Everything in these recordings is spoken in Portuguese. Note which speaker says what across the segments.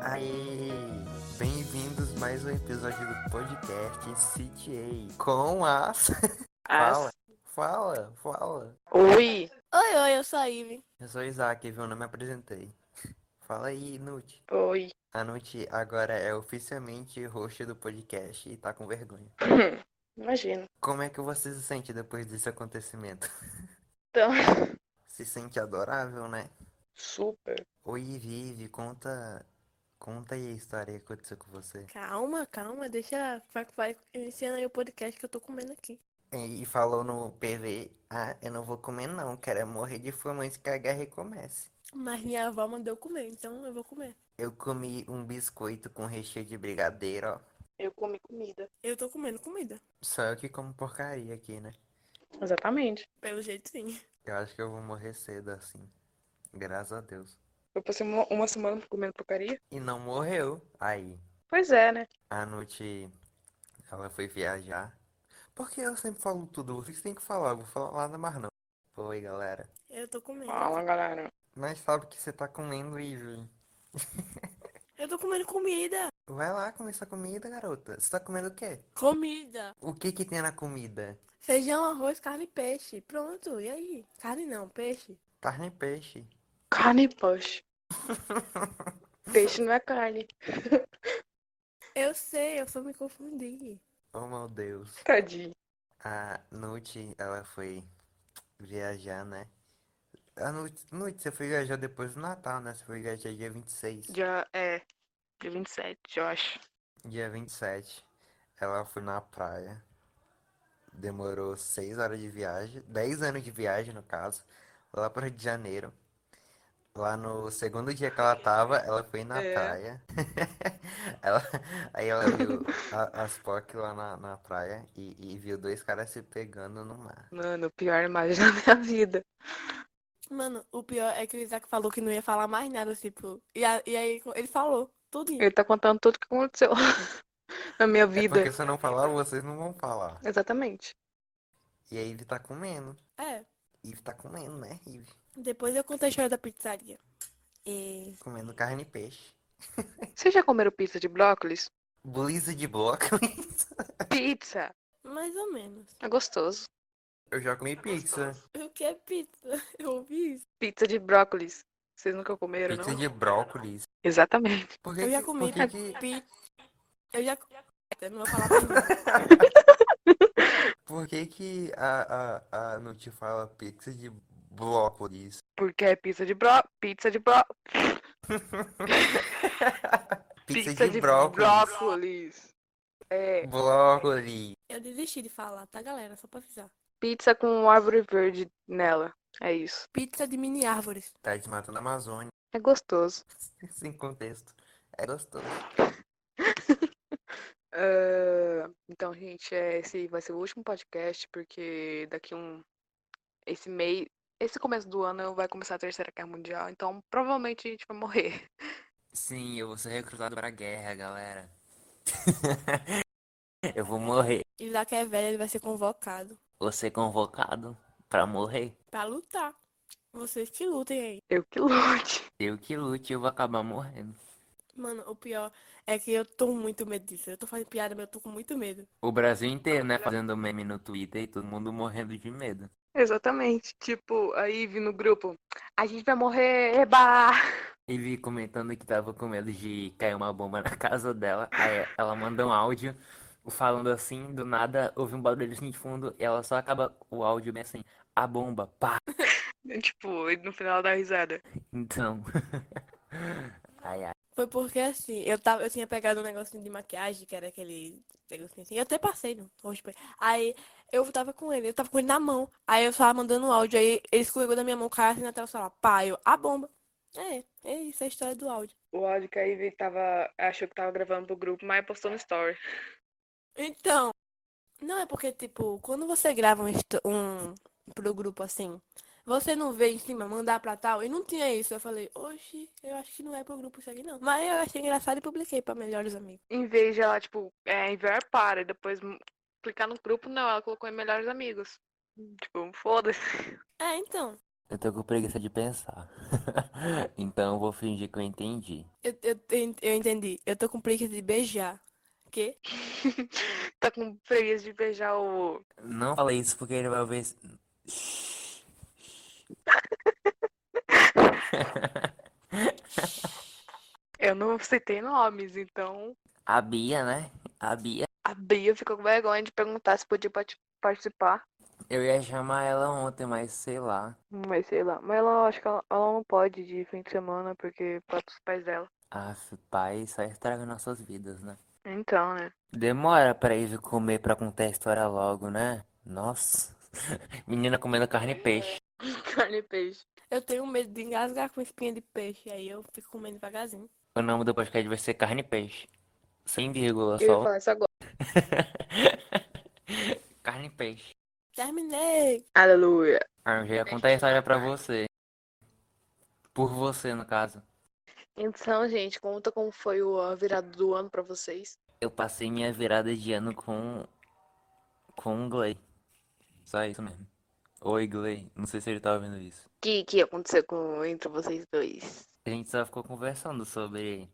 Speaker 1: Aí, bem-vindos mais um episódio do podcast CTA com as. Fala, fala, fala.
Speaker 2: Oi,
Speaker 3: Oi, oi, eu sou a Ivy.
Speaker 1: Eu sou o Isaac, viu? Não me apresentei. Fala aí, Nute.
Speaker 2: oi.
Speaker 1: A Nute agora é oficialmente host do podcast e tá com vergonha.
Speaker 2: Imagino.
Speaker 1: Como é que você se sente depois desse acontecimento?
Speaker 2: Então,
Speaker 1: Se sente adorável, né?
Speaker 2: super.
Speaker 1: Oi, Vive, conta. Conta aí a história que aconteceu com você.
Speaker 3: Calma, calma, deixa. Vai, vai iniciando aí o podcast que eu tô comendo aqui.
Speaker 1: E falou no PV, ah, eu não vou comer não, cara, eu morrer de fome antes que a guerra comece.
Speaker 3: Mas minha avó mandou eu comer, então eu vou comer.
Speaker 1: Eu comi um biscoito com recheio de brigadeiro, ó.
Speaker 2: Eu comi comida.
Speaker 3: Eu tô comendo comida.
Speaker 1: Só eu que como porcaria aqui, né?
Speaker 2: Exatamente.
Speaker 3: Pelo jeito, sim.
Speaker 1: Eu acho que eu vou morrer cedo assim. Graças a Deus.
Speaker 2: Eu passei uma, uma semana comendo porcaria.
Speaker 1: E não morreu. Aí,
Speaker 2: Pois é, né?
Speaker 1: a noite ela foi viajar. Porque eu sempre falo tudo, vocês têm que falar, eu vou falar nada mais não. Oi, galera.
Speaker 3: Eu tô comendo.
Speaker 2: Fala, galera.
Speaker 1: Mas sabe o que você tá comendo, Ivi?
Speaker 3: Eu tô comendo comida.
Speaker 1: Vai lá comer sua comida, garota. Você tá comendo o quê?
Speaker 3: Comida.
Speaker 1: O que que tem na comida?
Speaker 3: Feijão, arroz, carne e peixe. Pronto, e aí? Carne não, peixe.
Speaker 1: Carne e peixe.
Speaker 2: Carne e peixe. peixe não é carne.
Speaker 3: Eu sei, eu só me confundi.
Speaker 1: Oh meu Deus.
Speaker 2: Tadinho.
Speaker 1: A Nute, ela foi viajar, né? A Nute, Nute, você foi viajar depois do Natal, né? Você foi viajar dia 26.
Speaker 2: Dia, é, dia 27, eu acho.
Speaker 1: Dia 27. Ela foi na praia. Demorou 6 horas de viagem. 10 anos de viagem, no caso. Lá pro Rio de Janeiro. Lá no segundo dia que ela tava, ela foi na
Speaker 2: É.
Speaker 1: praia. Ela- aí ela viu a- as POC lá na, na praia e, e viu dois caras se pegando no mar.
Speaker 2: Mano, pior imagem da minha vida.
Speaker 3: Mano, o pior é que o Isaac falou que não ia falar mais nada, tipo. E, a- e aí ele falou tudo.
Speaker 2: Ele tá contando tudo que aconteceu na minha
Speaker 1: É
Speaker 2: vida.
Speaker 1: porque se eu não falar, vocês não vão falar.
Speaker 2: Exatamente.
Speaker 1: E aí ele tá comendo.
Speaker 3: É.
Speaker 1: Ive tá comendo, né? Ive.
Speaker 3: Depois eu contei a história da pizzaria. E.
Speaker 1: Comendo carne e peixe.
Speaker 2: Vocês já comeram pizza de brócolis?
Speaker 1: Blizzard de bloco.
Speaker 2: Pizza!
Speaker 3: Mais ou menos.
Speaker 2: É gostoso.
Speaker 1: Eu já comi pizza.
Speaker 3: O que é pizza? Eu ouvi isso.
Speaker 2: Pizza de brócolis. Vocês nunca comeram, não?
Speaker 1: Pizza de brócolis.
Speaker 2: Exatamente.
Speaker 1: Por que
Speaker 3: Eu já
Speaker 1: que-
Speaker 3: comi
Speaker 1: por que, que,
Speaker 3: pizza. Eu já. Eu não vou falar pra ninguém.
Speaker 1: por que, que a, a, a Nuti fala pizza de brócolis?
Speaker 2: Porque é pizza de bró. Pizza de bró.
Speaker 1: Pizza, de, brócolis.
Speaker 2: brócolis. É.
Speaker 1: Brócolis.
Speaker 3: Eu desisti de falar, tá, galera? Só pra avisar.
Speaker 2: Pizza com árvore verde nela. É isso.
Speaker 3: Pizza de mini árvores.
Speaker 1: Tá desmatando a Amazônia.
Speaker 2: É gostoso.
Speaker 1: Sem contexto. É gostoso.
Speaker 2: Ah, então, gente, é, esse vai ser o último podcast, porque daqui um. Esse mês. Esse começo do ano vai começar a Terceira Guerra Mundial, então provavelmente a gente vai morrer.
Speaker 1: Sim, eu vou ser recrutado pra guerra, galera. eu vou morrer.
Speaker 3: Isaac é velho, ele vai ser convocado
Speaker 1: Vou ser convocado pra morrer.
Speaker 3: pra lutar. Vocês que lutem aí.
Speaker 2: Eu que lute.
Speaker 1: Eu que lute, eu vou acabar morrendo.
Speaker 3: Mano, o pior é que eu tô muito medo disso. Eu tô fazendo piada, mas eu tô com muito medo.
Speaker 1: O Brasil inteiro, né? Fazendo meme no Twitter e todo mundo morrendo de medo.
Speaker 2: Exatamente. Tipo, a Ivy no grupo. A gente vai morrer, eba!
Speaker 1: E vi comentando que tava com medo de cair uma bomba na casa dela. Aí ela manda um áudio falando assim, do nada, houve um barulho assim de fundo e ela só acaba o áudio bem assim, a bomba, pá.
Speaker 2: Tipo, e no final dá risada.
Speaker 1: Então. ai, ai.
Speaker 3: Foi porque assim, eu tava, eu tinha pegado um negocinho de maquiagem, que era aquele negocinho assim. Eu até passei no rosto. pra ele. Aí eu tava com ele, eu tava com ele na mão. Aí eu tava mandando um áudio, aí ele escorregou da minha mão, caiu assim na tela e falou, pá, eu, a bomba. É, é isso, é a história do áudio.
Speaker 2: O áudio que a Ivy tava, achou que tava gravando pro grupo, mas postou no story.
Speaker 3: Então, não é porque, tipo, quando você grava um, histó- um pro grupo assim, você não vê em cima mandar pra tal, e não tinha isso. Eu falei, oxe, eu acho que não é pro grupo isso aqui não. Mas eu achei engraçado e publiquei pra melhores amigos.
Speaker 2: Em vez de ela, tipo, é, enviar para e depois m- clicar no grupo, não, ela colocou em melhores amigos. Tipo, foda-se.
Speaker 3: É, então.
Speaker 1: Eu tô com preguiça de pensar. Então eu vou fingir que eu entendi.
Speaker 3: Eu, eu, eu eu entendi. Eu tô com preguiça de beijar. Quê?
Speaker 2: Tá com preguiça de beijar o.
Speaker 1: Não falei isso porque ele vai ver. se-
Speaker 2: Eu não citei nomes, então
Speaker 1: A Bia, né? A Bia.
Speaker 2: a Bia ficou com vergonha de perguntar se podia parti- participar.
Speaker 1: Eu ia chamar ela ontem, mas sei lá.
Speaker 2: Mas sei lá. Mas ela acho que ela, ela não pode de fim de semana, porque para os pais dela.
Speaker 1: Aff, pai, só estraga nossas vidas, né?
Speaker 2: Então, né?
Speaker 1: Demora pra ir comer pra contar a história logo, né? Nossa. Menina comendo carne e peixe.
Speaker 2: Carne e peixe.
Speaker 3: Eu tenho medo de engasgar com espinha de peixe. Aí eu fico comendo devagarzinho.
Speaker 1: O nome do podcast vai ser carne e peixe. Sem vírgula
Speaker 2: Eu ia
Speaker 1: Tá só.
Speaker 2: falar isso agora.
Speaker 1: Carne e peixe.
Speaker 3: Terminei!
Speaker 2: Aleluia.
Speaker 1: Ah, eu já ia contar a história pra você. Por você, no caso.
Speaker 2: Então, gente, conta como foi o- a virada do ano pra vocês.
Speaker 1: Eu passei minha virada de ano com. com um Gley. Só isso mesmo. Oi, Gley. Não sei se ele tá ouvindo isso.
Speaker 2: O que, que aconteceu com, entre vocês dois?
Speaker 1: A gente só ficou conversando sobre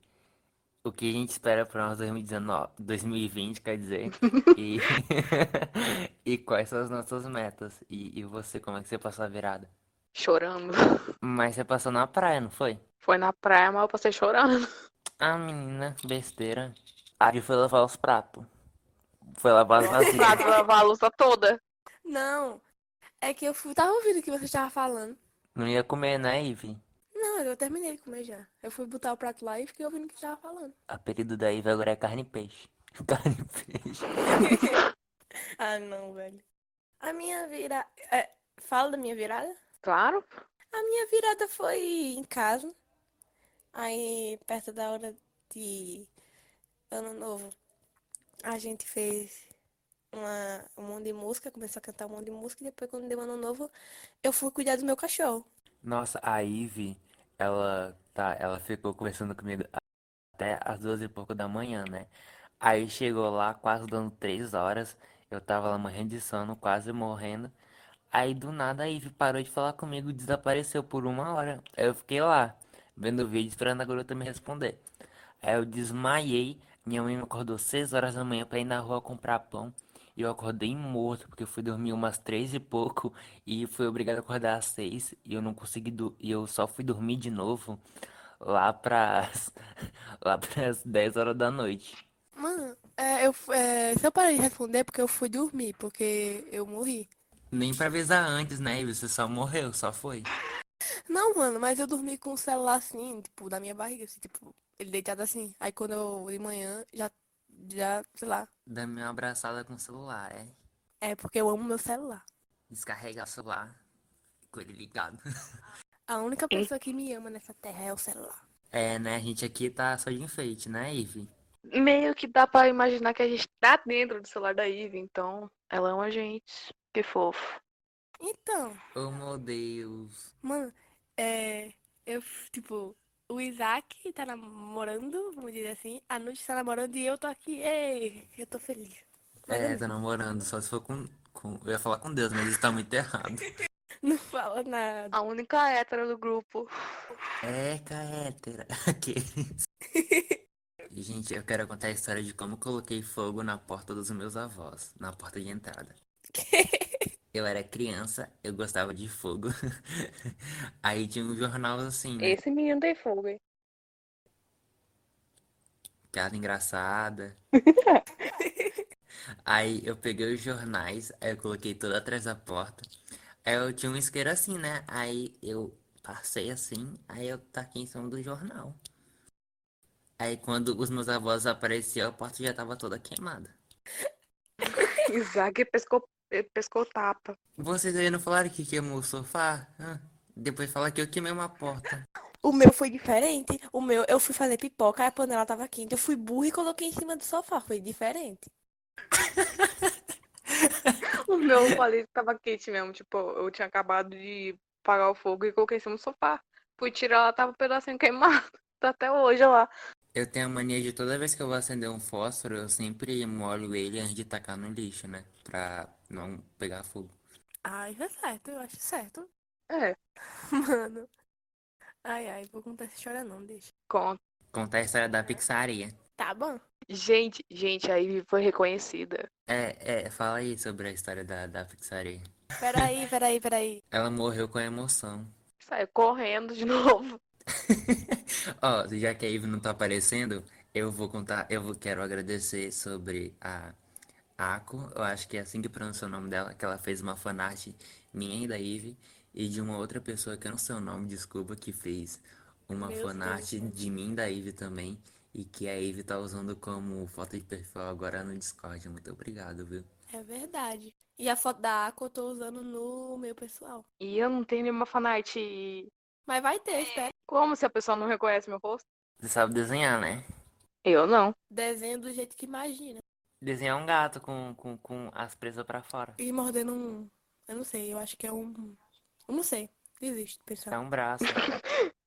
Speaker 1: o que a gente espera para nós 2019, 2020, quer dizer, e, e quais são as nossas metas. E, e você, como é que você passou a virada?
Speaker 2: Chorando.
Speaker 1: Mas você passou na praia, não foi?
Speaker 2: Foi na praia, mas eu passei chorando.
Speaker 1: Ah, menina, besteira. Aí foi lavar os pratos. Foi lavar as
Speaker 2: Pra
Speaker 1: vasilhas.
Speaker 2: lavar a louça toda.
Speaker 3: Não, é que eu fui, tava ouvindo o que você estava falando.
Speaker 1: Não ia comer, né, Ivy?
Speaker 3: Não, eu terminei de comer já. Eu fui botar o prato lá e fiquei ouvindo o que estava falando.
Speaker 1: O apelido da Ivy agora é carne e peixe. Carne e peixe.
Speaker 3: Ah, não, velho. A minha virada. É, fala da minha virada?
Speaker 2: Claro.
Speaker 3: A minha virada foi em casa. Aí, perto da hora de Ano Novo, a gente fez uma, um monte de música, começou a cantar um monte de música, e depois, quando deu Ano Novo, eu fui cuidar do meu cachorro.
Speaker 1: Nossa, a Ivy, ela tá, ela ficou conversando comigo até as duas e pouco da manhã, né? Aí chegou lá, quase dando três horas, eu tava lá morrendo de sono, quase morrendo. Aí do nada a Ivy parou de falar comigo, desapareceu por uma hora. Aí eu fiquei lá, vendo o vídeo, esperando a garota me responder. Aí eu desmaiei, minha mãe me acordou seis horas da manhã pra ir na rua comprar pão. E eu acordei morto, porque eu fui dormir umas três e pouco. E fui obrigado a acordar às seis e eu não consegui do... e eu só fui dormir de novo lá pras lá pras 10 horas da noite.
Speaker 3: Mano, é, eu, fu- é, se eu parei de responder, é porque eu fui dormir, porque eu morri.
Speaker 1: Nem pra avisar antes, né? Ivy? Você só morreu, só foi.
Speaker 3: Não, mano, mas eu dormi com o celular assim, tipo, da minha barriga, assim, tipo, ele deitado assim. Aí quando eu, de manhã, já, já, sei lá.
Speaker 1: Dá minha abraçada com o celular, é.
Speaker 3: É porque eu amo meu celular.
Speaker 1: Descarregar o celular com ele ligado.
Speaker 3: A única pessoa que me ama nessa terra é o celular.
Speaker 1: É, né? A gente aqui tá só de enfeite, né, Ivy?
Speaker 2: Meio que dá pra imaginar que a gente tá dentro do celular da Ivy, então ela ama a gente. Que fofo.
Speaker 3: Então,
Speaker 1: Oh, meu Deus.
Speaker 3: mano, é, eu, tipo, o Isaac tá namorando, vamos dizer assim, a Nude tá namorando e eu tô aqui, ei, eu tô feliz. Mas
Speaker 1: É,
Speaker 3: eu
Speaker 1: tá namorando, só se for com, com... Eu ia falar com Deus, mas isso tá muito errado.
Speaker 3: não falo nada.
Speaker 2: A única hétera do grupo.
Speaker 1: Eca hétera. Aqueles. Gente, eu quero contar a história de como eu coloquei fogo na porta dos meus avós, na porta de entrada. Eu era criança, eu gostava de fogo. Aí tinha um jornal assim, né?
Speaker 2: Esse menino tem fogo, hein?
Speaker 1: Piada engraçada. Aí eu peguei os jornais, aí eu coloquei tudo atrás da porta. Aí eu tinha um isqueiro assim, né? Aí eu passei assim, aí eu taquei em cima do jornal. Aí quando os meus avós apareceram, a porta já tava toda queimada.
Speaker 2: Isaac pescou, eh, pescou tapa.
Speaker 1: Vocês aí não falaram que queimou o sofá? Hã? Depois fala que eu queimei uma porta.
Speaker 3: O meu foi diferente. O meu, eu fui fazer pipoca, a panela tava quente, eu fui burra e coloquei em cima do sofá, foi diferente.
Speaker 2: O meu eu falei que tava quente mesmo. Tipo, eu tinha acabado de apagar o fogo e coloquei em cima do sofá. Fui tirar, ela tava um pedacinho queimado. Tá até hoje, olha lá.
Speaker 1: Eu tenho a mania de toda vez que eu vou acender um fósforo, eu sempre molho ele antes de tacar no lixo, né? Pra não pegar fogo.
Speaker 3: Ah, isso é certo, eu tá acho certo.
Speaker 2: É,
Speaker 3: Mano. Ai, ai, vou contar essa história não, deixa.
Speaker 2: conta.
Speaker 1: Contar a história da pixaria.
Speaker 3: Tá bom.
Speaker 2: Gente, gente, a Ivy foi reconhecida.
Speaker 1: É, é, fala aí sobre a história da, da pixaria.
Speaker 3: Peraí, peraí, peraí.
Speaker 1: Ela morreu com emoção.
Speaker 2: Saiu correndo de novo.
Speaker 1: Ó, já que a Ivy não tá aparecendo, eu vou contar, eu vou- quero agradecer sobre a Ako, eu acho que é assim que pronuncia o nome dela, que ela fez uma fanart minha e da Ivy, e de uma outra pessoa que eu não sei o nome, desculpa, que fez uma
Speaker 3: Meu
Speaker 1: fanart de mim e da Ivy também, e que a Ivy tá usando como foto de perfil agora no Discord. Muito obrigado, viu?
Speaker 3: É verdade. E a foto da Aqua eu tô usando no meu pessoal.
Speaker 2: E eu não tenho nenhuma fanart.
Speaker 3: Mas vai ter, espera.
Speaker 2: Como se a pessoa não reconhece meu rosto?
Speaker 1: Você sabe desenhar, né?
Speaker 2: Eu não.
Speaker 3: Desenho do jeito que imagina.
Speaker 1: Desenhar um gato com, com, com as presas pra fora.
Speaker 3: E mordendo um. Eu não sei, eu acho que é um. Eu não sei. Desisto, pessoal.
Speaker 1: É um braço,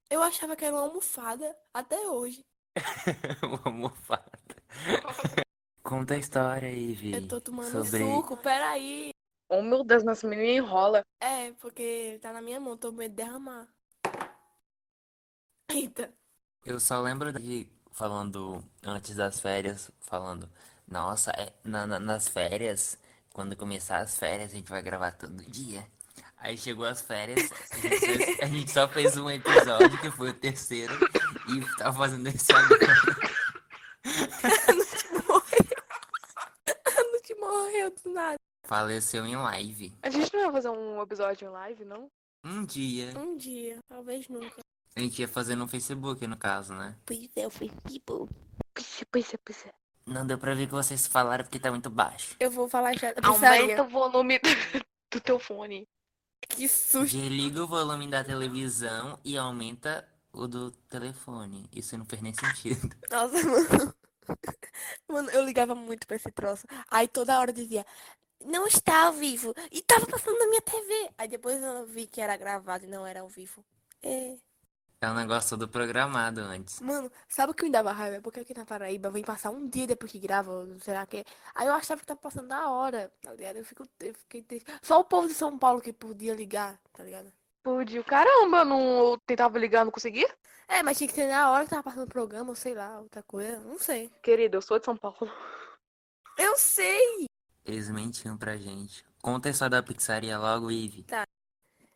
Speaker 3: Eu achava que era uma almofada até hoje.
Speaker 1: uma almofada. Conta a história, Ivy.
Speaker 3: Eu tô tomando
Speaker 1: sobre...
Speaker 3: suco, peraí.
Speaker 2: Oh, meu Deus, nossa menina enrola.
Speaker 3: É, porque tá na minha mão, tô com medo de derramar. Eita.
Speaker 1: Eu só lembro de falando antes das férias, falando, nossa, é- na- na- nas férias, quando começar as férias, a gente vai gravar todo dia. Aí chegou as férias, a gente só, a gente só fez um episódio, que foi o terceiro, e tá fazendo esse agora.
Speaker 3: Eu não te morreu. Eu não te morreu do nada.
Speaker 1: Faleceu em live.
Speaker 2: A gente não ia fazer um episódio em live, não?
Speaker 1: Um dia.
Speaker 3: Um dia, talvez nunca.
Speaker 1: A gente ia fazer no Facebook, no caso, né?
Speaker 3: Pois é, eu fui tipo.
Speaker 2: Pisse, pisse, pisse.
Speaker 1: Não deu pra ver que vocês falaram porque tá muito baixo.
Speaker 3: Eu vou falar já.
Speaker 2: Aumenta o volume do teu fone.
Speaker 3: Que susto.
Speaker 1: Desliga o volume da televisão e aumenta o do telefone. Isso não fez nem sentido.
Speaker 3: Nossa, mano. Mano, eu ligava muito pra esse troço. Aí toda hora eu dizia, não está ao vivo. E tava passando na minha TV. Aí depois eu vi que era gravado e não era ao vivo. É.
Speaker 1: É um negócio todo programado antes.
Speaker 3: Mano, sabe o que me dava raiva? É Porque aqui na Paraíba vem passar um dia depois que grava, ou será que é? Aí eu achava que tava passando na hora, tá ligado? Eu, fico, eu fiquei triste. Só o povo de São Paulo que podia ligar, tá ligado?
Speaker 2: Explodiu. Caramba, eu não eu tentava ligar, não conseguia?
Speaker 3: É, mas tinha que ser na hora que tava passando o programa, ou sei lá, outra coisa, não sei.
Speaker 2: Querido, eu sou de São Paulo.
Speaker 3: Eu sei!
Speaker 1: Eles mentiam pra gente. Conta a história da pizzaria logo, Ivy.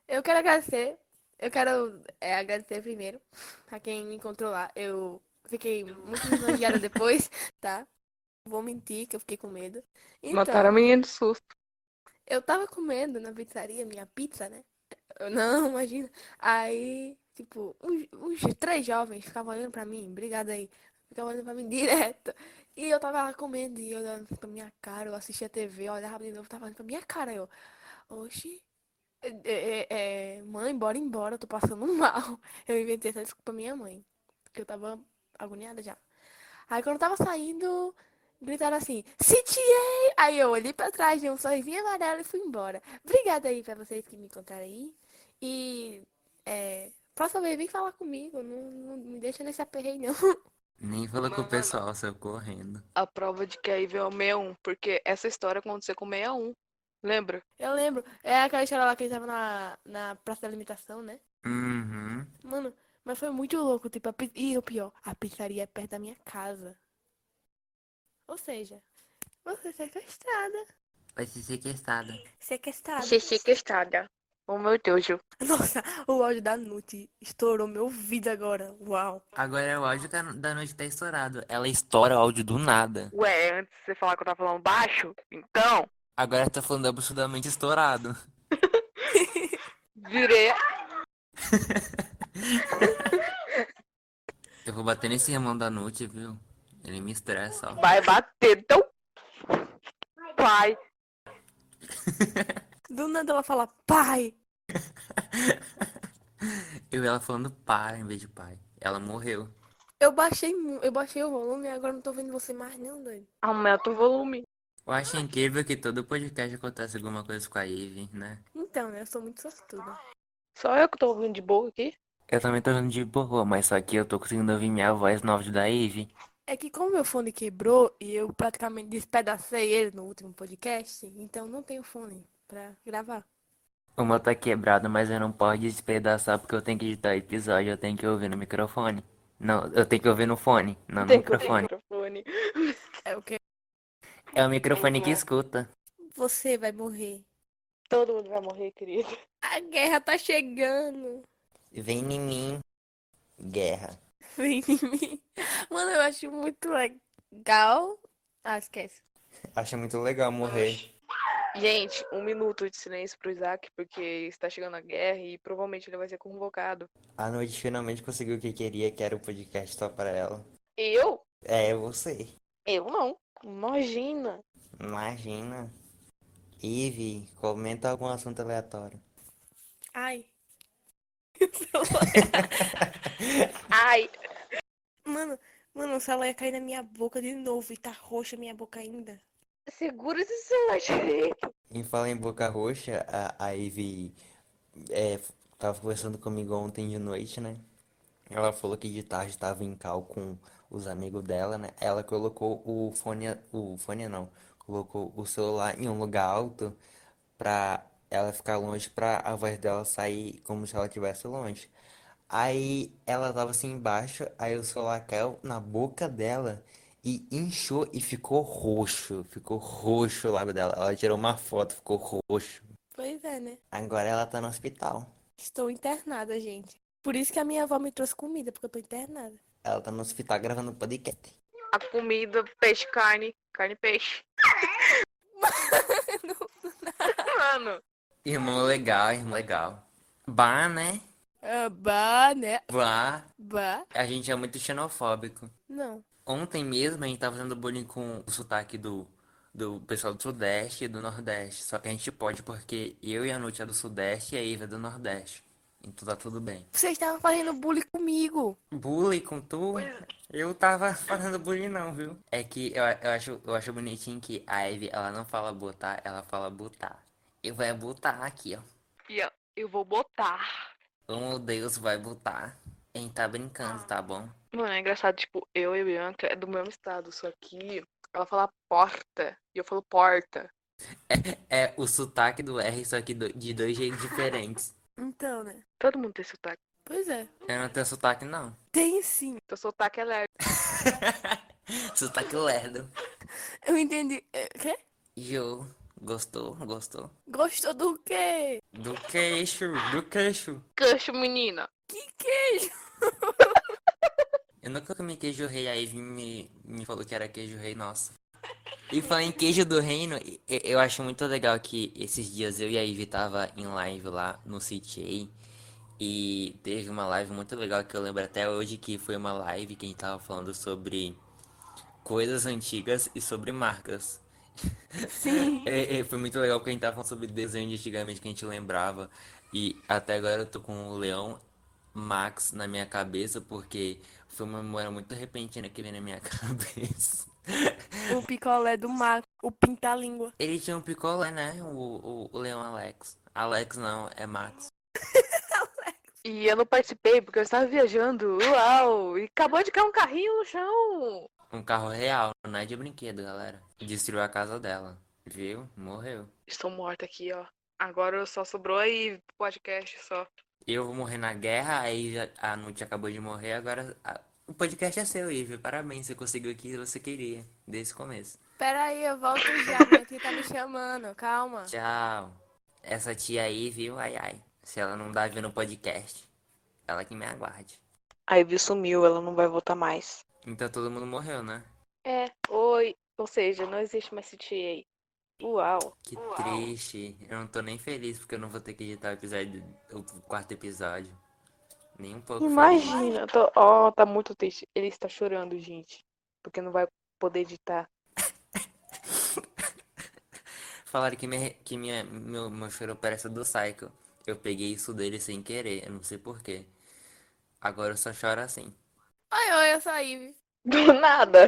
Speaker 3: Eu quero agradecer. Eu quero é, agradecer primeiro a quem me encontrou lá. Eu fiquei muito lisonjeada depois, tá? Vou mentir que eu fiquei com medo. Então,
Speaker 2: Mataram a menina de susto.
Speaker 3: eu tava comendo na pizzaria minha pizza, né? Eu não, imagina. Aí, tipo, uns, uns três jovens ficavam olhando pra mim, obrigada aí. Ficavam olhando pra mim direto. E eu tava lá comendo e olhando pra minha cara, eu assistia TV, eu olhava de novo, tava olhando pra minha cara. Eu, oxi, é, é, é, mãe, bora embora, eu tô passando mal. Eu inventei essa desculpa pra minha mãe, porque eu tava agoniada já. Aí quando eu tava saindo, gritaram assim, Sitiei! Aí eu olhei pra trás, dei um sorrisinho amarelo e fui embora. Obrigada aí pra vocês que me encontraram aí. E é, próxima vez vem falar comigo, não, não me deixa nesse aperreio não.
Speaker 1: Nem falou com o
Speaker 2: Mano.
Speaker 1: pessoal, saiu correndo.
Speaker 2: A prova de que a Ivy é o 61, porque essa história aconteceu com o 61. Lembra?
Speaker 3: Eu lembro, é aquela história lá que ele tava na, na Praça da Alimentação, né?
Speaker 1: Uhum.
Speaker 3: Mano, mas foi muito louco, tipo, a pi- e o pior, a pizzaria é perto da minha casa. Ou seja, você é sequestrada.
Speaker 1: Vai ser sequestrada.
Speaker 3: Sequestrada.
Speaker 2: é estrada. Oh, meu Deus, Ju.
Speaker 3: Nossa, o áudio da Nute estourou meu ouvido agora. Uau.
Speaker 1: Agora é o áudio da- da noite que tá estourado. Ela estoura o áudio do nada.
Speaker 2: Ué, antes de você falar que eu tava falando baixo, então,
Speaker 1: Agora tá falando absurdamente estourado.
Speaker 2: virei.
Speaker 1: Eu vou bater nesse irmão da noite, viu? Ele me estressa, ó.
Speaker 2: Vai bater teu pai.
Speaker 3: Do nada ela fala, pai.
Speaker 1: Eu e ela falando pai em vez de pai. Ela morreu.
Speaker 3: Eu baixei, mu- eu baixei o volume e agora não tô vendo você mais não, doido.
Speaker 2: Aumenta o volume.
Speaker 1: Eu acho incrível que todo podcast acontece alguma coisa com a Ivy, né?
Speaker 3: Então, né, eu sou muito sortuda.
Speaker 2: Só eu que tô ouvindo de boa aqui.
Speaker 1: Eu também tô vendo de boa, mas só que eu tô conseguindo ouvir minha voz no áudio da Ivy.
Speaker 3: É que como meu fone quebrou e eu praticamente despedacei ele no último podcast, então não tenho fone pra gravar.
Speaker 4: Uma tá quebrada, mas eu não posso despedaçar porque eu tenho que editar o episódio, eu tenho que ouvir no microfone. Não, eu tenho que ouvir no fone, não no
Speaker 2: Tem que ter
Speaker 4: microfone.
Speaker 2: microfone.
Speaker 3: É o que
Speaker 4: É o microfone que
Speaker 2: Não.
Speaker 4: escuta.
Speaker 3: você vai morrer.
Speaker 2: Todo mundo vai morrer, querido.
Speaker 3: A guerra tá chegando.
Speaker 1: Vem em mim, guerra.
Speaker 3: Vem em mim. Mano, eu acho muito legal. Ah, esquece.
Speaker 1: Acho muito legal morrer.
Speaker 2: Gente, um minuto de silêncio pro Isaac, porque está chegando a guerra e provavelmente ele vai ser convocado.
Speaker 1: A noite finalmente conseguiu o que queria, que era o podcast só pra ela.
Speaker 2: Eu?
Speaker 1: É, você.
Speaker 2: Eu não. Imagina.
Speaker 1: Imagina. Ive, comenta algum assunto aleatório.
Speaker 3: Ai.
Speaker 2: Ai,
Speaker 3: Mano, mano, o celular ia cair na minha boca de novo e tá roxa a minha boca ainda.
Speaker 2: segura esse celular direito.
Speaker 1: Em falar em Boca Roxa, a, a Ivy é, tava conversando comigo ontem de noite, né? Ela falou que de tarde tava em cal com os amigos dela, né? Ela colocou o fone, o fone não, colocou o celular em um lugar alto pra ela ficar longe, pra a voz dela sair como se ela estivesse longe. Aí ela tava assim embaixo, aí o celular caiu na boca dela e inchou e ficou roxo. Ficou roxo o lábio dela. Ela tirou uma foto, ficou roxo.
Speaker 3: Pois é, né?
Speaker 1: Agora ela tá no hospital.
Speaker 3: Estou internada, gente. Por isso que a minha avó me trouxe comida, porque eu tô internada.
Speaker 1: Ela tá no hospital gravando podcast.
Speaker 2: A comida, peixe, carne, carne, e peixe. Mano,
Speaker 1: Irmão legal, irmão legal. Bah, né?
Speaker 3: Ah, bah, né?
Speaker 1: Bah.
Speaker 3: Bah.
Speaker 1: A gente é muito xenofóbico.
Speaker 3: Não.
Speaker 1: Ontem mesmo a gente tava fazendo bullying com o sotaque do, do pessoal do Sudeste e do Nordeste. Só que a gente pode porque eu e a Nute é do Sudeste e a Iva é do Nordeste. Então tá tudo bem.
Speaker 3: Você estava fazendo bullying comigo.
Speaker 1: Bullying com tu? Eu tava fazendo bullying não, viu? É que eu, eu acho, eu acho bonitinho que a Ivy, ela não fala botar, ela fala botar. E vai botar aqui, ó.
Speaker 2: e ó, eu vou botar.
Speaker 1: Como Deus vai botar. A gente tá brincando, tá bom?
Speaker 2: Mano, é engraçado, tipo, eu e a Bianca é do mesmo estado, só que ela fala porta e eu falo porta.
Speaker 1: É o sotaque do R, só que do- de dois jeitos diferentes.
Speaker 3: Então, né?
Speaker 2: Todo mundo tem sotaque.
Speaker 3: Pois é.
Speaker 1: Eu não tenho sotaque, não.
Speaker 3: Tem sim.
Speaker 2: Teu sotaque é leve.
Speaker 1: Sotaque lerdo.
Speaker 3: Eu entendi. É, Quê?
Speaker 1: Jô, gostou? Gostou?
Speaker 3: Gostou do quê?
Speaker 1: Do queixo, do queixo.
Speaker 2: Cancho, menina.
Speaker 3: Que queijo?
Speaker 1: Eu nunca comi queijo rei, aí Ivy me, me falou que era queijo rei, nossa. E falando em queijo do reino, e- e- eu acho muito legal que esses dias eu e a Ivy tava em live lá no CTA. E teve uma live muito legal que eu lembro até hoje, que foi uma live que a gente tava falando sobre coisas antigas e sobre marcas.
Speaker 3: Sim.
Speaker 1: É, é, foi muito legal porque a gente tava falando sobre desenho de antigamente que a gente lembrava. E até agora eu tô com o Leão Max na minha cabeça, porque foi uma memória muito repentina que veio na minha cabeça.
Speaker 3: O picolé do mar. O pinta-língua.
Speaker 1: Ele tinha um picolé, né? O, o, o Leão Alex. Alex não, é Max.
Speaker 2: E eu não participei porque eu estava viajando. Uau! E acabou de cair um carrinho no chão.
Speaker 1: Um carro real, não é de brinquedo, galera. Destruiu a casa dela. Viu? Morreu.
Speaker 2: Estou morta aqui, ó. Agora só sobrou aí podcast só.
Speaker 1: Eu vou morrer na guerra, aí já- a Nute acabou de morrer, agora a- o podcast é seu, Ivy. Parabéns, você conseguiu o que você queria desde o começo.
Speaker 3: Peraí, eu volto já. Minha tia tá me chamando. Calma.
Speaker 1: Tchau. Essa tia aí, viu? Ai, ai. Se ela não dá ver no podcast, ela que me aguarde.
Speaker 2: A Ivy sumiu, ela não vai voltar mais.
Speaker 1: Então todo mundo morreu, né?
Speaker 2: É, oi. Ou seja, não existe mais CTA. Uau.
Speaker 1: Que triste. Eu não tô nem feliz porque eu não vou ter que editar o episódio, o quarto episódio. Nem um pouco feliz.
Speaker 2: Imagina. eu Tô... Oh, tá muito triste. Ele está chorando, gente. Porque não vai poder editar.
Speaker 1: Falaram que, minha, que minha, meu, meu choro parece do Psycho. Eu peguei isso dele sem querer, eu não sei porquê. Agora eu só choro assim.
Speaker 3: Oi, oi, eu sou a Ivy.
Speaker 2: Do nada.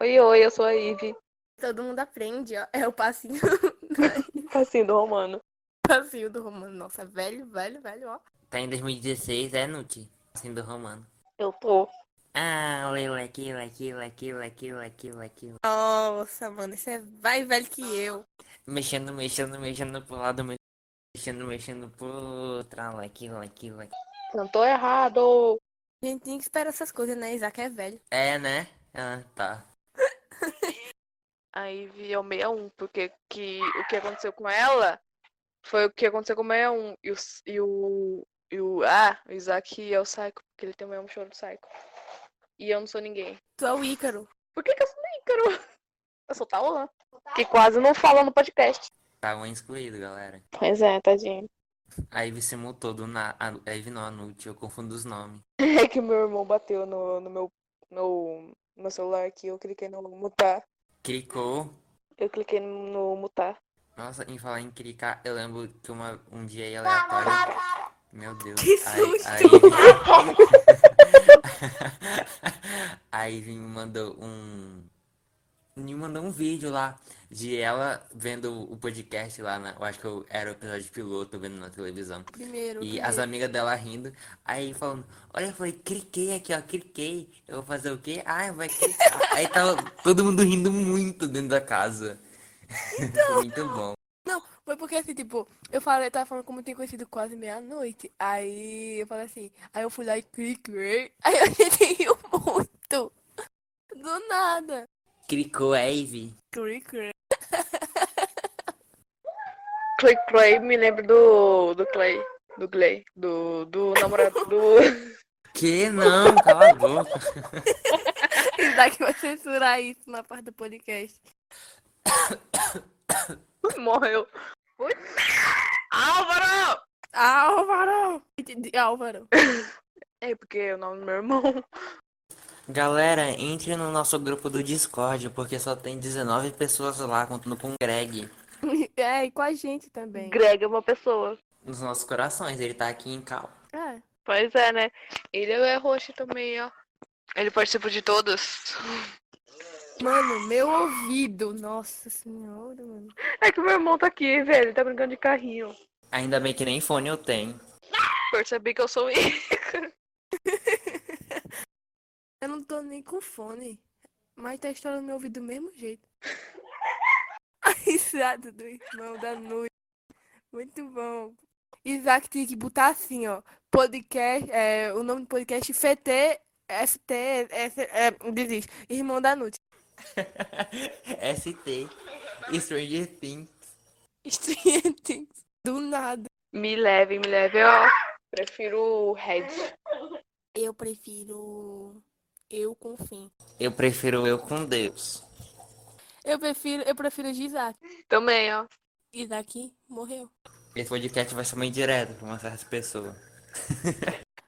Speaker 2: Oi, oi, eu sou a Ivy.
Speaker 3: Todo mundo aprende, ó. É o passinho,
Speaker 2: Assim, do Romano.
Speaker 3: passinho do Romano. Nossa, velho, velho, velho, ó.
Speaker 1: Tá em 2016, é Nuke? Assim do romano.
Speaker 2: Eu tô.
Speaker 1: Ah, leu aquilo, aquilo, aquilo, aquilo, aquilo, aquilo.
Speaker 3: Nossa, mano, isso é mais velho que eu.
Speaker 1: Mexendo, mexendo, mexendo pro lado, Mexendo, mexendo pro outro, Ah, aquilo, aquilo, aquilo.
Speaker 2: Não tô errado.
Speaker 3: A gente tem que esperar essas coisas, né? Isaac é velho.
Speaker 1: É, né? Ah, tá.
Speaker 2: A Ivy é o 61, porque que, o que aconteceu com ela foi o que aconteceu com o 61. E o, s- e o, e o, ah, o Isaac é o Psycho, porque ele tem o mesmo choro do Psycho. E eu não sou ninguém.
Speaker 3: Tu é o Ícaro.
Speaker 2: Por que, que eu sou nem Ícaro? Eu sou Taolan, que quase não fala no podcast.
Speaker 1: Estavam excluídos, Tá galera.
Speaker 2: Pois é, tadinho.
Speaker 1: A Ivy se mutou do na... A a Ivy não, a Nut, eu confundo os nomes.
Speaker 2: É que meu irmão bateu no, no meu, no, no meu celular aqui, eu cliquei no mutar.
Speaker 1: Clicou.
Speaker 2: Eu cliquei no, no mutar.
Speaker 1: Nossa, em falar em clicar, eu lembro que uma, um dia aí aleatório. Meu Deus.
Speaker 3: Que
Speaker 1: a-
Speaker 3: susto!
Speaker 1: a Ivy- A Ivy me mandou um. Me mandou um vídeo lá de ela vendo o podcast lá. Na, eu acho que eu, era o episódio piloto vendo na televisão.
Speaker 3: Primeiro.
Speaker 1: E
Speaker 3: primeiro.
Speaker 1: as amigas dela rindo. Aí falando, olha, eu falei, cliquei aqui, ó, cliquei. Eu vou fazer o quê? Ah, vai clicar. aí tava todo mundo rindo muito dentro da casa.
Speaker 3: Então,
Speaker 1: muito bom.
Speaker 3: Não, foi porque assim, tipo, eu falei, tava falando como tem conhecido quase meia-noite. Aí eu falei assim, aí eu fui lá e cliquei. Aí a gente riu muito. Do nada.
Speaker 1: Clicou, é, Ivy?
Speaker 3: Cliquei.
Speaker 2: Clay Clay me lembra do, do Clay. Do Clay. Do, do namorado do.
Speaker 1: Que não, cala a boca.
Speaker 3: Isaac vai censurar isso na parte do podcast.
Speaker 2: Morreu. Ui. Álvaro!
Speaker 3: Ah, Álvaro! Entendi, Álvaro.
Speaker 2: É porque é o nome do meu irmão.
Speaker 1: Galera, entre no nosso grupo do Discord, porque só tem 19 pessoas lá, contando com o Greg.
Speaker 3: É, e com a gente também.
Speaker 2: Greg é uma pessoa.
Speaker 1: Nos nossos corações, ele tá aqui em cal.
Speaker 3: É.
Speaker 2: Pois é, né? Ele é roxo também, ó. Ele participa de todos.
Speaker 3: Mano, meu ouvido. Nossa senhora, mano.
Speaker 2: É que meu irmão tá aqui, velho. Ele tá brincando de carrinho.
Speaker 1: Ainda bem que nem fone eu tenho.
Speaker 2: Percebi que eu sou ele.
Speaker 3: Eu não tô nem com fone. Mas tá estourando meu ouvido do mesmo jeito. A risada do irmão da noite. Muito bom. Isaac tem que botar assim, ó. Podcast, é, o nome do podcast FT, FT, S, é, desiste. Irmão da noite.
Speaker 1: ST. Stranger Things.
Speaker 3: Stranger Things. Do nada.
Speaker 2: Me leve, me leve, ó. Prefiro o Red.
Speaker 3: Eu prefiro. Eu com fim.
Speaker 1: Eu prefiro eu com Deus.
Speaker 3: Eu prefiro, eu prefiro de Isaac.
Speaker 2: Também, ó.
Speaker 3: Isaac morreu.
Speaker 1: Esse podcast vai ser meio direto pra uma certa pessoa.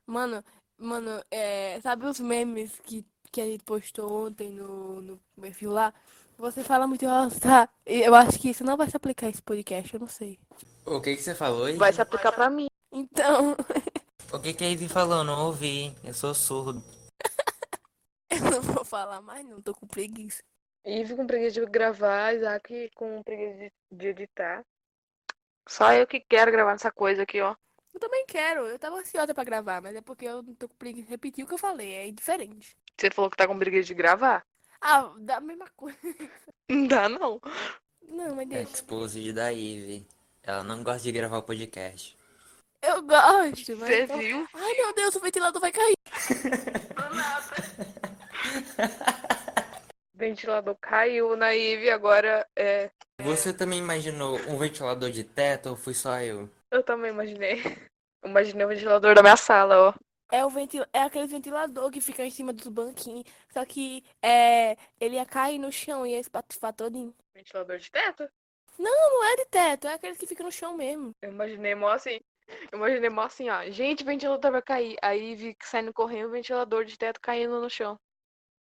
Speaker 3: Mano, mano, é, sabe os memes que, que a gente postou ontem no, no perfil lá? Você fala muito, nossa, eu acho que isso não vai se aplicar a esse podcast, eu não sei.
Speaker 1: O que que você falou, Ivy?
Speaker 2: Vai se aplicar pra mim.
Speaker 3: Então,
Speaker 1: O que que a Ivy falou? Não ouvi. Eu sou surdo.
Speaker 3: eu não vou falar mais não, tô com preguiça.
Speaker 2: Ive com preguiça de gravar, Isaac com preguiça de, de editar. Só eu que quero gravar essa coisa aqui, ó.
Speaker 3: Eu também quero, eu tava ansiosa pra gravar, mas é porque eu não tô com preguiça de repetir o que eu falei, é diferente.
Speaker 2: Você falou que tá com preguiça de gravar?
Speaker 3: Ah, da mesma coisa.
Speaker 2: Não dá, não.
Speaker 3: Não, mas
Speaker 1: É
Speaker 3: deixa.
Speaker 1: Exposed da Ivy. Ela não gosta de gravar o podcast.
Speaker 3: Eu gosto, mas...
Speaker 2: Você
Speaker 3: então-
Speaker 2: viu?
Speaker 3: Ai, meu Deus, o ventilador vai cair.
Speaker 2: O ventilador caiu na Ive, agora é.
Speaker 1: Você também imaginou um ventilador de teto ou fui só eu?
Speaker 2: Eu também imaginei. Eu Imaginei o ventilador da minha sala, ó.
Speaker 3: É, o ventil... é aquele ventilador que fica em cima dos banquinhos. Só que é... ele ia cair no chão e ia espatufar todinho.
Speaker 2: Ventilador de teto?
Speaker 3: Não é de teto, é aquele que fica no chão mesmo.
Speaker 2: Eu imaginei mó assim. Eu imaginei mó assim, ó. Gente, o ventilador vai cair. Aí vi que saindo correndo, o ventilador de teto caindo no chão.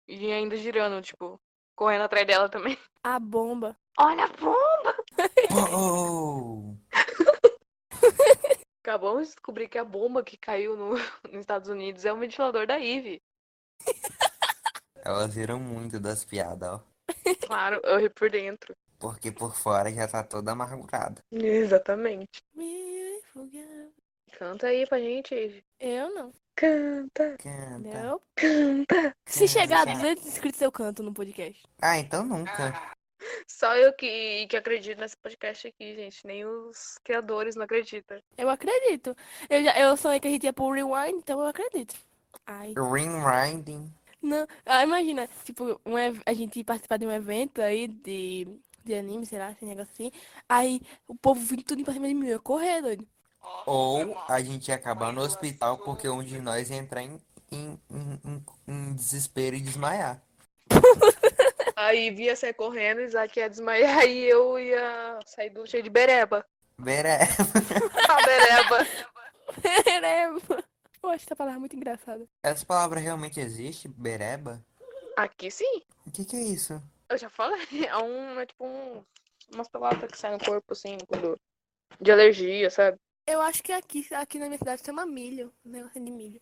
Speaker 2: E ainda girando, tipo, correndo atrás dela também.
Speaker 3: A bomba.
Speaker 2: Olha a bomba!
Speaker 1: Oh!
Speaker 2: Acabamos de descobrir que a bomba que caiu no, nos Estados Unidos é um ventilador da Ive.
Speaker 5: Elas viram muito das piadas, ó.
Speaker 2: Claro, eu ri por dentro.
Speaker 5: Porque por fora já tá toda amargurada.
Speaker 2: Exatamente.
Speaker 3: Beautiful girl.
Speaker 2: Canta aí pra gente, Ive.
Speaker 3: Eu não.
Speaker 2: Canta,
Speaker 1: Ah, tá.
Speaker 5: Canta.
Speaker 3: Não.
Speaker 2: canta.
Speaker 3: Se chegar a 200 inscritos, eu canto no podcast.
Speaker 5: Ah, então nunca.
Speaker 2: Só eu que, que acredito nesse podcast aqui, gente. Nem os criadores não acreditam.
Speaker 3: Eu acredito. Eu, já, eu sonhei que a gente ia pro rewind, então eu acredito. Ai,
Speaker 1: Rewinding.
Speaker 3: não. Ah, imagina, tipo, um, ev- a gente participar de um evento aí de, de anime, sei lá, esse negócio assim. Aí o povo vindo tudo pra cima de mim, eu ia correr, doido.
Speaker 1: Ou a gente ia acabar no hospital porque um de nós ia entrar em, em- em- em- em desespero e desmaiar.
Speaker 2: Aí via sair correndo, Isaac ia desmaiar e eu ia sair do cheio de bereba.
Speaker 1: Bere...
Speaker 2: A bereba.
Speaker 3: Bereba. Eu acho É, essa palavra é muito engraçada.
Speaker 1: Essa palavra realmente existe? Bereba?
Speaker 2: Aqui sim,
Speaker 1: O que, que é isso?
Speaker 2: eu já falei. É um, é tipo um, umas palavras que saem no corpo, assim, quando. De alergia, sabe?
Speaker 3: Eu acho que aqui, aqui na minha cidade chama milho, um negócio de milho.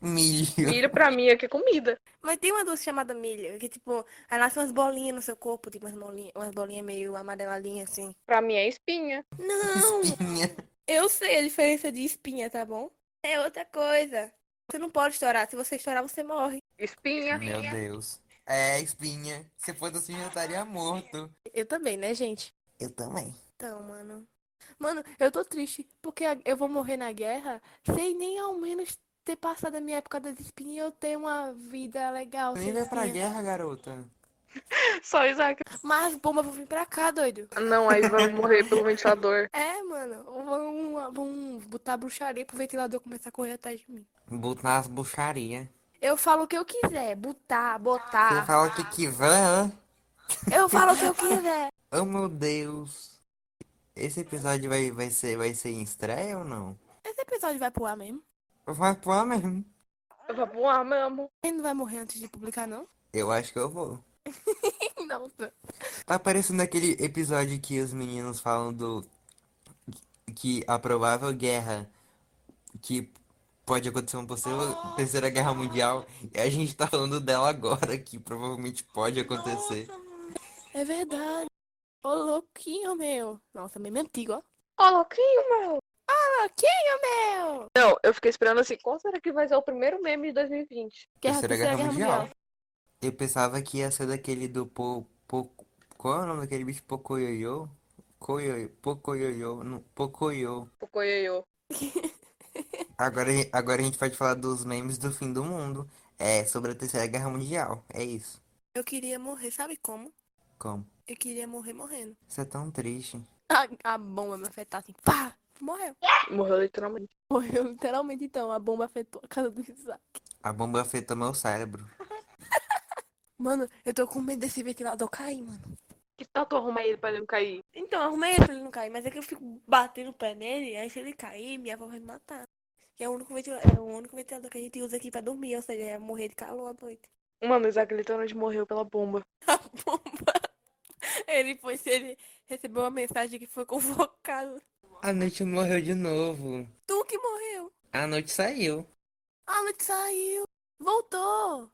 Speaker 1: Milho.
Speaker 2: Milho pra mim aqui é comida.
Speaker 3: Mas tem uma doce chamada milho, que tipo, ela nasce umas bolinhas no seu corpo, tipo umas bolinhas, umas bolinhas meio amareladinhas assim.
Speaker 2: Pra mim é espinha.
Speaker 3: Não!
Speaker 1: Espinha.
Speaker 3: Eu sei a diferença de espinha, tá bom? É outra coisa. Você não pode estourar. Se você estourar, você morre.
Speaker 2: Espinha.
Speaker 1: Meu Deus. É, espinha. Se fosse assim, já estaria morto.
Speaker 3: Eu também, né, gente?
Speaker 1: Eu também.
Speaker 3: Então, mano. Mano, eu tô triste, porque a- eu vou morrer na guerra sem nem ao menos ter passado a minha época das espinhas e eu ter uma vida legal.
Speaker 1: Nem
Speaker 3: sem
Speaker 1: vai pra
Speaker 3: espinha.
Speaker 1: guerra, garota.
Speaker 2: Só Isaac.
Speaker 3: Mas bomba vão vir pra cá, doido.
Speaker 2: Não, aí vai morrer pelo ventilador.
Speaker 3: É, mano. Vão, vão botar bruxaria pro ventilador começar a correr atrás de mim.
Speaker 1: Botar as bucharia.
Speaker 3: Eu falo o que eu quiser. Botar,
Speaker 1: Você
Speaker 3: botar.
Speaker 1: fala o que quiser. hã?
Speaker 3: Eu falo o que eu quiser.
Speaker 1: Oh, meu Deus. Esse episódio vai, vai, ser, vai ser em estreia ou não?
Speaker 3: Esse episódio vai pro ar mesmo.
Speaker 1: Vai pro ar mesmo.
Speaker 2: Eu vou voar mesmo.
Speaker 3: Ele não vai morrer antes de publicar, não?
Speaker 1: Eu acho que eu vou.
Speaker 3: Não.
Speaker 1: Tá parecendo aquele episódio que os meninos falam do. Que a provável guerra que pode acontecer uma possível terceira guerra mundial. E a gente tá falando dela agora, que provavelmente pode acontecer.
Speaker 3: É verdade. Ô, louquinho, meu. Nossa, meme antigo, ó.
Speaker 2: Ó, louquinho, meu.
Speaker 3: Louquinho, meu.
Speaker 2: Não, eu fiquei esperando assim, qual será que vai ser o primeiro meme de 2020?
Speaker 3: Guerra, Terceira Guerra, Mundial.
Speaker 1: Eu pensava que ia ser daquele do po, po, Qual é o nome daquele bicho? Pocoyoyo? Coyoyo, Pocoyoyo, não, Pocoyo.
Speaker 2: Pocoyoyo.
Speaker 1: Agora, a gen- agora a gente pode falar dos memes do fim do mundo. É, sobre a Terceira Guerra Mundial. É isso.
Speaker 3: Eu queria morrer, sabe como?
Speaker 1: Como?
Speaker 3: Eu queria morrer morrendo.
Speaker 1: Isso é tão triste.
Speaker 3: A, a bomba me afetar assim. Pá! Morreu.
Speaker 2: Morreu literalmente.
Speaker 3: Morreu, literalmente, então. A bomba afetou a casa do Isaac.
Speaker 1: A bomba afetou meu cérebro.
Speaker 3: Mano, eu tô com medo desse ventilador cair, mano.
Speaker 2: Que tal tu arrumar ele pra ele não cair?
Speaker 3: Então, eu arrumei ele pra ele não cair, mas é que eu fico batendo o pé nele, aí se ele cair, minha avó vai me matar. E é o único ventilador, é o único ventilador que a gente usa aqui pra dormir, ou seja, é morrer de calor à noite.
Speaker 2: Mano, o Isaac literalmente morreu pela bomba.
Speaker 3: a bomba. Ele foi, se ele recebeu uma mensagem que foi convocado.
Speaker 1: A noite morreu de novo.
Speaker 3: Tu que morreu.
Speaker 1: A noite saiu.
Speaker 3: A noite saiu. Voltou.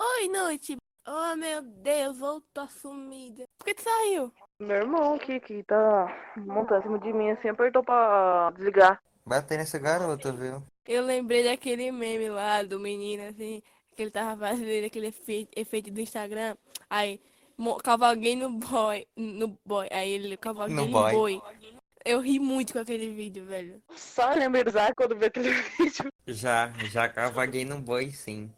Speaker 3: Oi, noite. Oh, meu Deus, voltou a sumida. Por que tu saiu?
Speaker 2: Meu irmão aqui, que tá montando em cima de mim, assim, apertou pra desligar.
Speaker 1: Batei nessa garota, viu?
Speaker 3: Eu lembrei daquele meme lá do menino, assim, que ele tava fazendo aquele efe- efeito do Instagram. Aí, mo- cavalguei no boy. No boy. Aí ele cavalguei
Speaker 1: No
Speaker 3: no
Speaker 1: boy.
Speaker 3: boi. Eu ri muito com aquele vídeo, velho.
Speaker 2: Só lembra do Isaac quando vê aquele vídeo.
Speaker 1: Já, já cavaguei no boi, sim.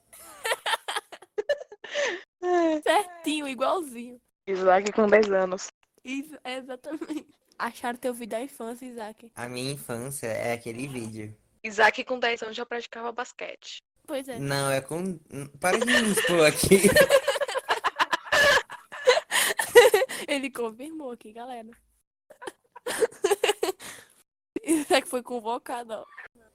Speaker 3: Certinho, igualzinho.
Speaker 2: Isaac com 10 anos.
Speaker 3: Isso, é exatamente. Acharam teu vídeo da infância, Isaac.
Speaker 1: A minha infância é aquele vídeo.
Speaker 2: Isaac com 10 anos já praticava basquete.
Speaker 3: Pois é.
Speaker 1: Não, é com. Para de me expor aqui.
Speaker 3: Ele confirmou aqui, galera. Isaac foi convocado, ó.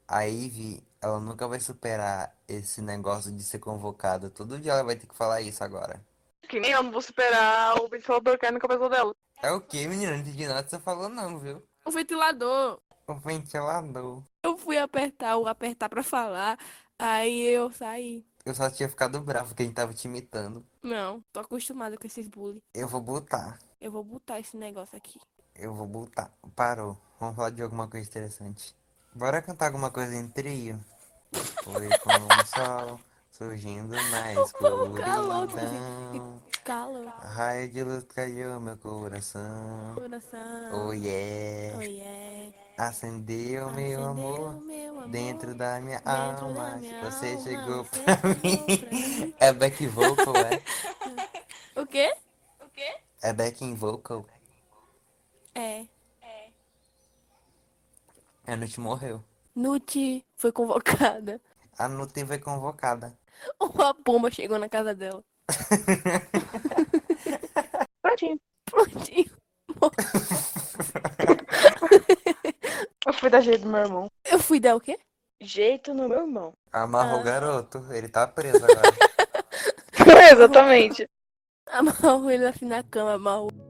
Speaker 1: A Ivy, ela nunca vai superar esse negócio de ser convocada. Todo dia ela vai ter que falar isso agora.
Speaker 2: Que nem eu não vou superar o ventilador caindo no cabeça dela.
Speaker 1: É o quê, menina? Não entendi nada que você falou, não, viu?
Speaker 3: O ventilador.
Speaker 1: O ventilador.
Speaker 3: Eu fui apertar o apertar pra falar. Aí eu saí.
Speaker 1: Eu só tinha ficado bravo que a gente tava te imitando.
Speaker 3: Não, tô acostumada com esses bullying.
Speaker 1: Eu vou botar.
Speaker 3: Eu vou botar esse negócio aqui.
Speaker 1: Eu vou botar. Parou. Vamos falar de alguma coisa interessante. Bora cantar alguma coisa em trio? Foi com o sol surgindo na
Speaker 3: povo calou,
Speaker 1: escuridão.
Speaker 3: calor,
Speaker 1: Raio de luz caiu meu coração.
Speaker 3: coração.
Speaker 1: Oh yeah,
Speaker 3: Oh, yeah.
Speaker 1: acendeu meu
Speaker 3: Acendeu
Speaker 1: amor
Speaker 3: meu amor
Speaker 1: dentro da minha
Speaker 3: dentro da
Speaker 1: alma.
Speaker 3: minha
Speaker 1: Você
Speaker 3: alma,
Speaker 1: chegou
Speaker 3: você
Speaker 1: pra
Speaker 3: chegou pra
Speaker 1: mim.
Speaker 3: mim.
Speaker 1: É back vocal, é?
Speaker 3: O quê?
Speaker 1: É backing vocal.
Speaker 3: É.
Speaker 1: A Nut morreu.
Speaker 3: Nuti foi convocada.
Speaker 1: A Nut foi convocada.
Speaker 3: Uma pomba chegou na casa dela.
Speaker 2: Prontinho.
Speaker 3: Prontinho.
Speaker 2: Eu fui dar jeito do meu irmão.
Speaker 3: Eu fui dar o quê?
Speaker 6: Jeito no meu irmão.
Speaker 1: Amarra
Speaker 3: Ah.
Speaker 1: o garoto. Ele tá preso agora.
Speaker 6: Exatamente.
Speaker 3: Amarrou ele assim na cama, amarrou.